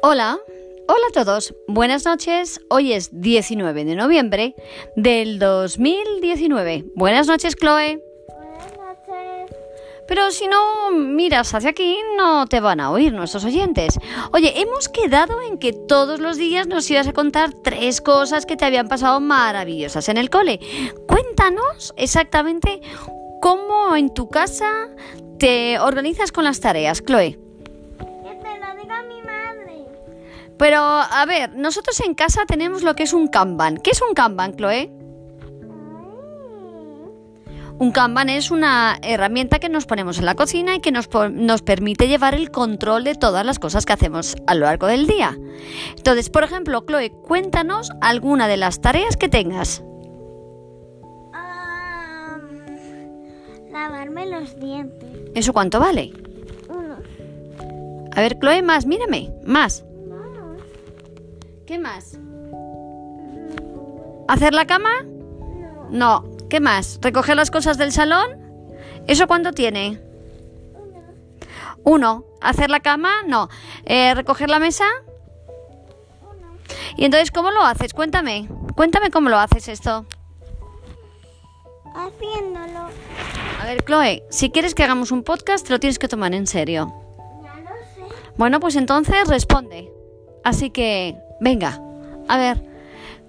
Hola, hola a todos, buenas noches. Hoy es 19 de noviembre del 2019. Buenas noches, Chloe. Buenas noches. Pero si no miras hacia aquí, no te van a oír nuestros oyentes. Oye, hemos quedado en que todos los días nos ibas a contar tres cosas que te habían pasado maravillosas en el cole. Cuéntanos exactamente cómo en tu casa te organizas con las tareas, Chloe. Que te lo diga mi madre. Pero, a ver, nosotros en casa tenemos lo que es un Kanban. ¿Qué es un Kanban, Chloe? Un Kanban es una herramienta que nos ponemos en la cocina y que nos, po- nos permite llevar el control de todas las cosas que hacemos a lo largo del día. Entonces, por ejemplo, Chloe, cuéntanos alguna de las tareas que tengas. Am, lavarme los dientes. ¿Eso cuánto vale? Uno. A ver, Chloe, más, mírame, más. No. ¿Qué más? ¿Hacer la cama? No. ¿Qué más? ¿Recoger las cosas del salón? ¿Eso cuánto tiene? Uno. ¿Hacer la cama? No. Eh, ¿Recoger la mesa? ¿Y entonces cómo lo haces? Cuéntame. Cuéntame cómo lo haces esto. Haciéndolo. A ver, Chloe, si quieres que hagamos un podcast, te lo tienes que tomar en serio. Ya lo sé. Bueno, pues entonces responde. Así que, venga, a ver,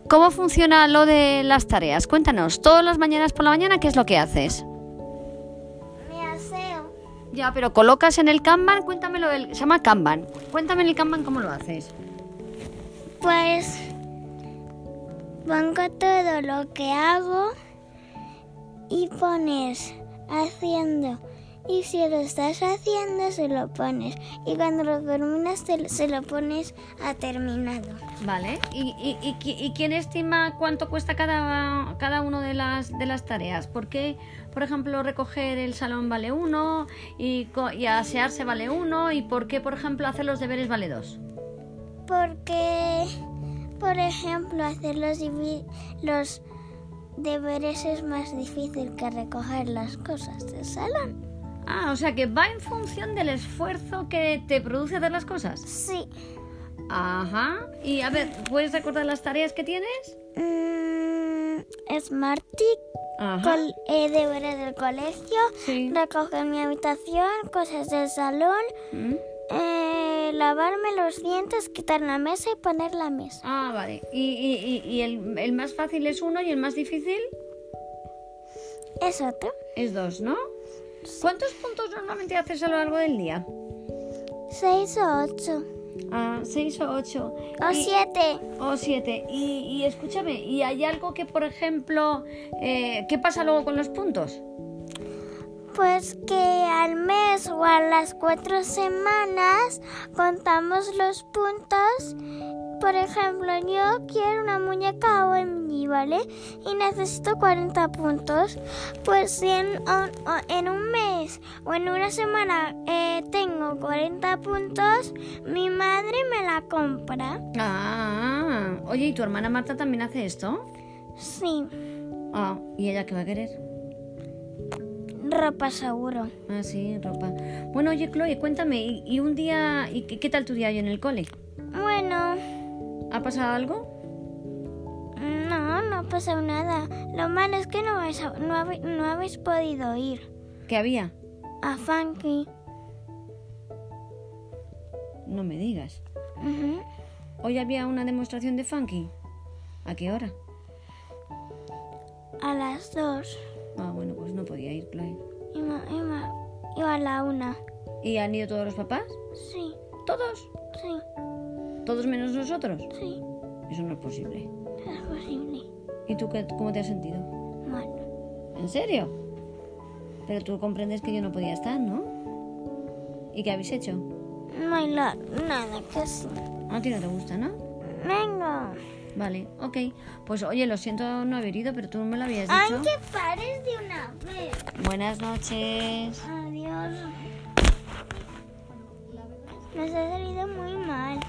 ¿cómo funciona lo de las tareas? Cuéntanos, todas las mañanas por la mañana, ¿qué es lo que haces? Me aseo. Ya, pero colocas en el Kanban, cuéntamelo, se llama Kanban. Cuéntame en el Kanban cómo lo haces. Pues pongo todo lo que hago y pones haciendo. Y si lo estás haciendo, se lo pones. Y cuando lo terminas, te- se lo pones a terminado. Vale, ¿y, y- y qui- y quién estima cuánto cuesta cada, cada una de las, de las tareas? ¿Por qué, por ejemplo, recoger el salón vale uno y, co- y asearse vale uno? ¿Y por qué, por ejemplo, hacer los deberes vale dos? Porque, por ejemplo, hacer los, divi- los deberes es más difícil que recoger las cosas del salón. Ah, o sea que va en función del esfuerzo que te produce hacer las cosas. Sí. Ajá. Y a ver, ¿puedes recordar las tareas que tienes? Mm, Smarty, Ajá. col- eh, deberes del colegio, Sí. recoger mi habitación, cosas del salón, Mm. eh, lavarme los dientes, quitar la mesa y poner la mesa. Ah, vale. ¿Y, y- y- y el, el más fácil es uno y el más difícil Es otro. es dos, ¿no? ¿Cuántos puntos normalmente haces a lo largo del día? Seis o ocho. Ah, seis o ocho. O Y- siete. O siete. Y, y escúchame, ¿y hay algo que, por ejemplo, eh, qué pasa luego con los puntos? Pues que al mes o a las cuatro semanas contamos los puntos. Por ejemplo, yo quiero una muñeca OMG, ¿vale? Y necesito 40 puntos. Pues si en, o- o- en un mes o en una semana eh, tengo 40 puntos, mi madre me la compra. Ah, oye, ¿y tu hermana Marta también hace esto? Sí, Ah, ¿y ella qué va a querer? ropa seguro. Ah, sí, ropa. Bueno, oye, Chloe, cuéntame, ¿y, y un día, y qué, qué tal tu día hoy en el cole? Bueno, ¿Ha pasado algo? No, no ha pasado nada. Lo malo es que no, vais a- no, habe- no habéis podido ir ¿Qué había? a Funky. No me digas. Ujú. ¿Hoy había una demostración de funky? ¿A qué hora? A las dos Ah, bueno, pues no podía ir, Chloe. y, ma- y ma- y a la una. ¿Y han ido todos los papás? Sí, ¿Todos? sí, ¿Todos menos nosotros? sí. Eso no es posible. Es posible. ¿Y tú qué, cómo te has sentido? Bueno, ¿En serio? Pero tú comprendes que yo no podía estar, ¿no? ¿Y qué habéis hecho? no hay la- nada que sí. A ti no te gusta, ¿no? Venga. Vale, ok. Pues oye, lo siento no haber ido, pero tú no me lo habías Ay, dicho. que pares de una vez. Buenas noches. Adiós. Nos ha salido muy mal.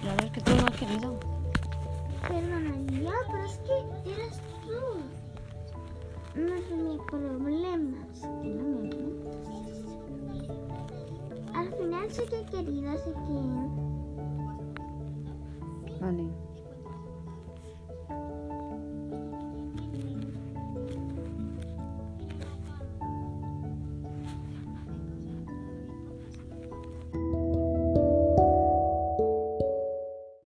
Claro, es que tú no has querido. Perdona, ya, pero es que eres tú. No es mi problema. es que no me metas. Al final sí que he querido, así que Vale.